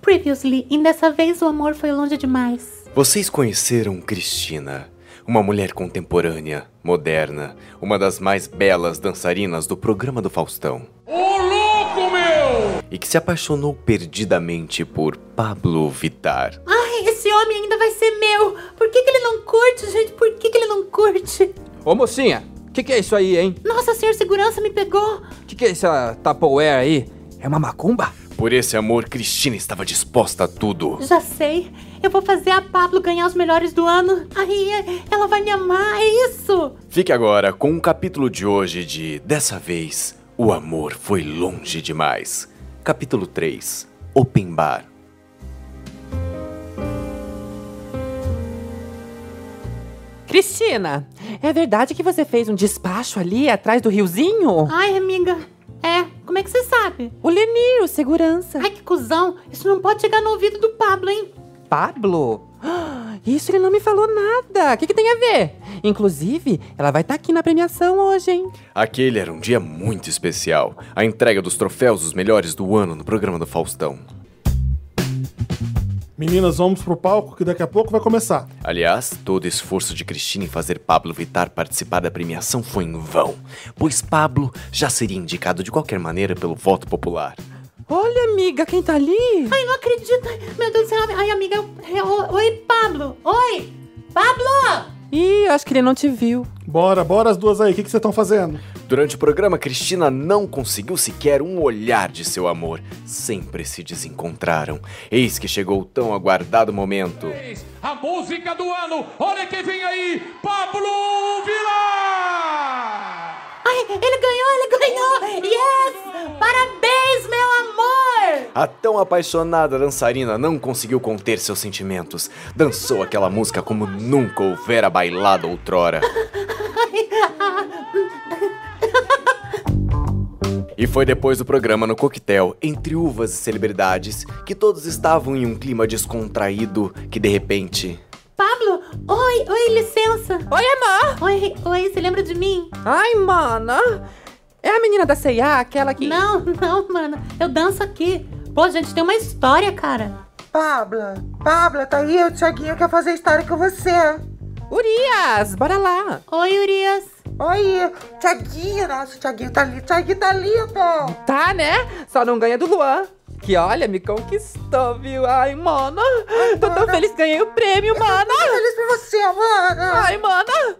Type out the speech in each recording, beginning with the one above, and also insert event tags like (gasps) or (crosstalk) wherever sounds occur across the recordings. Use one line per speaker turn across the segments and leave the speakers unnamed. Previously, e dessa vez o amor foi longe demais.
Vocês conheceram Cristina, uma mulher contemporânea, moderna, uma das mais belas dançarinas do programa do Faustão.
Ô louco, meu!
E que se apaixonou perdidamente por Pablo Vittar.
Ai, esse homem ainda vai ser meu! Por que, que ele não curte, gente? Por que, que ele não curte?
Ô mocinha, o que, que é isso aí, hein?
Nossa, senhor segurança me pegou!
O que, que é essa Tupperware aí? É uma macumba?
Por esse amor, Cristina estava disposta a tudo.
Já sei, eu vou fazer a Pablo ganhar os melhores do ano. Aí é- ela vai me amar, é isso!
Fique agora com o capítulo de hoje de Dessa vez, o amor foi longe demais. Capítulo 3 Open Bar.
Cristina, é verdade que você fez um despacho ali atrás do riozinho?
Ai, amiga, é, como é que você sabe?
O Lenir, o segurança.
Ai, que cuzão, isso não pode chegar no ouvido do Pablo, hein?
Pablo? Ah, (gasps) Isso ele não me falou nada. O que, que tem a ver? Inclusive, ela vai estar aqui na premiação hoje, hein?
Aquele era um dia muito especial a entrega dos troféus dos melhores do ano no programa do Faustão.
Meninas, vamos pro palco que daqui a pouco vai começar.
Aliás, todo esforço de Cristina em fazer Pablo Vittar participar da premiação foi em vão, pois Pablo já seria indicado de qualquer maneira pelo voto popular.
Olha, amiga, quem tá ali?
Ai, não acredito, ai, meu Deus do céu, ai, amiga, é, o- oi, Pablo, oi! Pablo!
Ih, acho que ele não te viu.
Bora, bora as duas aí, o que que vocês estão fazendo?
Durante o programa, Cristina não conseguiu sequer um olhar de seu amor. Sempre se desencontraram. Eis que chegou o tão aguardado momento.
A música do ano, olha quem vem aí, Pablo Vilar!
Ai, ele ganhou, ele ganhou! Yes! Parabéns, meu amor!
A tão apaixonada dançarina não conseguiu conter seus sentimentos. Dançou aquela música como nunca houvera bailado outrora. E foi depois do programa no Coquetel, entre uvas e celebridades, que todos estavam em um clima descontraído que de repente.
Pablo, oi, oi, licença!
Oi, amor!
Oi, oi, você lembra de mim?
Ai, mana! É a menina da C&A, aquela que...
Não, (laughs) não, mano. Eu danço aqui. Pô, gente, tem uma história, cara.
Pabla, Pabla, tá aí? O Thiaguinho quer fazer história com você.
Urias, bora lá!
Oi, Urias.
Oi, Thiaguinho, nossa, o Thiaguinho tá lindo, o Thiaguinho tá lindo.
Tá, né? Só não ganha do Luan. Que olha, me conquistou, viu? Ai, mano. Tô tão feliz, ganhei o prêmio, mano.
Tô feliz por você, mano.
Ai, mano.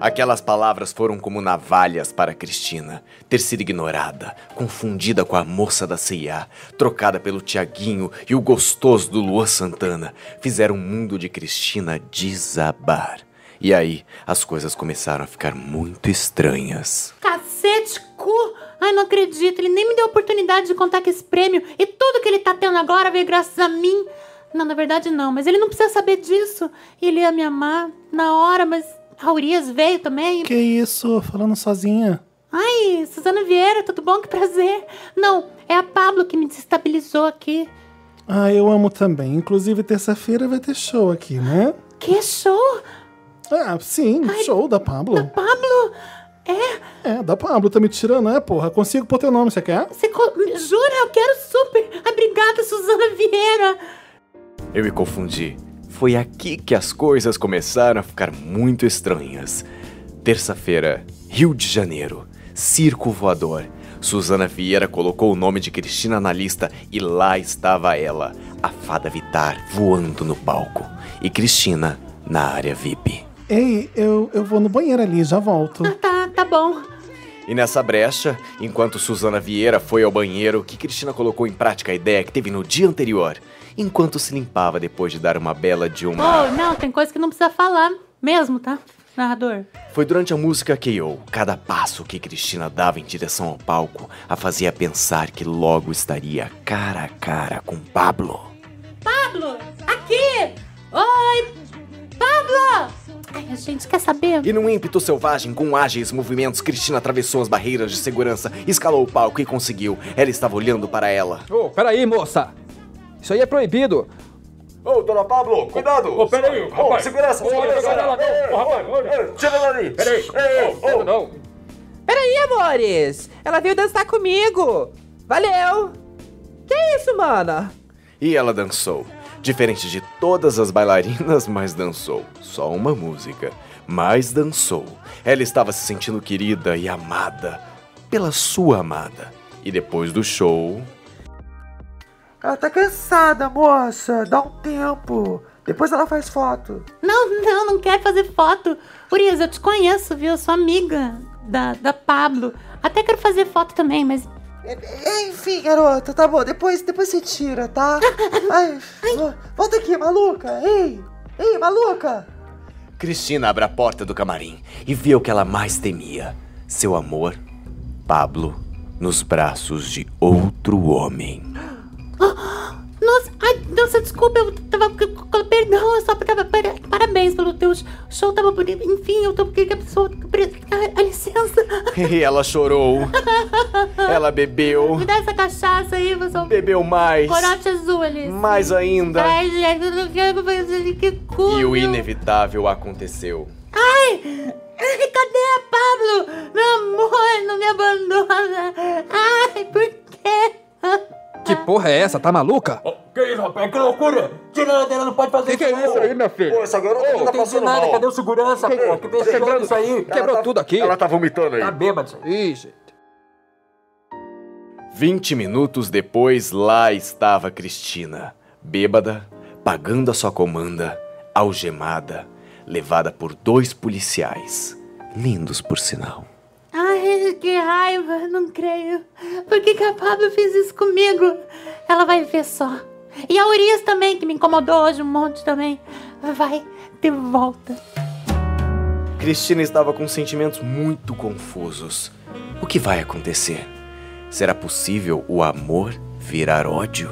Aquelas palavras foram como navalhas para Cristina. Ter sido ignorada, confundida com a moça da CIA, trocada pelo Tiaguinho e o gostoso do Luan Santana, fizeram o mundo de Cristina desabar. E aí, as coisas começaram a ficar muito estranhas.
Cacete, cu. Ai, não acredito. Ele nem me deu a oportunidade de contar com esse prêmio. E tudo que ele tá tendo agora veio graças a mim. Não, na verdade, não. Mas ele não precisa saber disso. Ele ia me amar na hora, mas a Urias veio também.
Que isso, falando sozinha.
Ai, Suzana Vieira, tudo bom? Que prazer. Não, é a Pablo que me desestabilizou aqui.
Ah, eu amo também. Inclusive, terça-feira vai ter show aqui, né?
Que show!
Ah, sim, show da Pablo.
Pablo, é...
É, da Pablo, tá me tirando, é, porra? Consigo pôr teu nome, você quer?
Você co- jura? Eu quero super! Ai, Obrigada, Suzana Vieira!
Eu me confundi. Foi aqui que as coisas começaram a ficar muito estranhas. Terça-feira, Rio de Janeiro, Circo Voador. Suzana Vieira colocou o nome de Cristina na lista e lá estava ela, a fada Vitar voando no palco. E Cristina na área VIP.
Ei, eu, eu vou no banheiro ali, já volto.
Ah, tá, tá bom.
E nessa brecha, enquanto Suzana Vieira foi ao banheiro, que Cristina colocou em prática a ideia que teve no dia anterior, enquanto se limpava depois de dar uma bela de uma.
Oh, não, tem coisa que não precisa falar mesmo, tá? Narrador.
Foi durante a música K.O. Cada passo que Cristina dava em direção ao palco a fazia pensar que logo estaria cara a cara com Pablo.
Pablo, aqui! Oi! Pablo! Ai, a gente quer saber?
E num ímpeto selvagem, com ágeis movimentos, Cristina atravessou as barreiras de segurança, escalou o palco e conseguiu. Ela estava olhando para ela.
Ô, peraí, moça. Isso aí é proibido.
Ô, dona Pablo, cuidado! Ô,
peraí, rapaz.
segurança,
Ô,
segurança!
olha, olha, olha, ô, rapaz, olha.
Tira ela ali!
Peraí,
Ei, ô,
não.
Peraí, amores. Ela veio dançar comigo. Valeu. Que isso, mana?
E ela dançou. Diferente de todas as bailarinas, (laughs) mas dançou. Só uma música. Mas dançou. Ela estava se sentindo querida e amada pela sua amada. E depois do show,
Ela tá cansada, moça. Dá um tempo. Depois ela faz foto.
Não, não, não quero fazer foto. Urias, eu te conheço, viu? Eu sou amiga da, da Pablo. Até quero fazer foto também, mas.
E- Enfim, garota, tá bom. Depois, depois você tira, tá? Ai, vo- volta aqui, maluca. Ei, ei, maluca.
Cristina abre a porta do camarim e vê o que ela mais temia: seu amor, Pablo, nos braços de outro homem. (laughs)
Nossa, ai, nossa, desculpa, eu tava. Perdão, eu só tava. para- Parabéns pelo teu show, tava bonito. Enfim, eu tô. Porque a pessoa. A licença. (laughs)
E ela chorou. Ela bebeu.
Me dá essa cachaça aí, você. é um
Bebeu mais.
Corote azul ali.
Mais ainda.
Ai, gente, eu não quero fazer que cu.
E o
meu.
inevitável aconteceu.
Ai, cadê a Pablo? Meu amor, não me abandona. Ai, por quê?
Que porra é essa? Tá maluca?
Que isso, rapaz? Que loucura! Tira ela dela, não pode fazer é isso. não.
meu filho?
Essa garota
Não entendi nada, cadê o segurança, pô? Que é deixou isso aí?
Quebrou tudo aqui.
Ela tá vomitando aí.
Tá bêbado. isso aí.
Ih, gente.
20 minutos depois, lá estava Cristina, bêbada, pagando a sua comanda, algemada, levada por dois policiais. Lindos, por sinal.
Ai, que raiva, não creio. Por que, que a Pablo fez isso comigo? Ela vai ver só. E a Urias também, que me incomodou hoje um monte também. Vai ter volta.
Cristina estava com sentimentos muito confusos. O que vai acontecer? Será possível o amor virar ódio?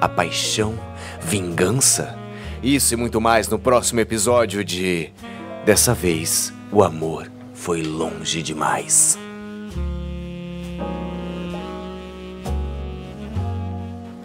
A paixão? Vingança? Isso e muito mais no próximo episódio de. Dessa vez, o amor foi longe demais.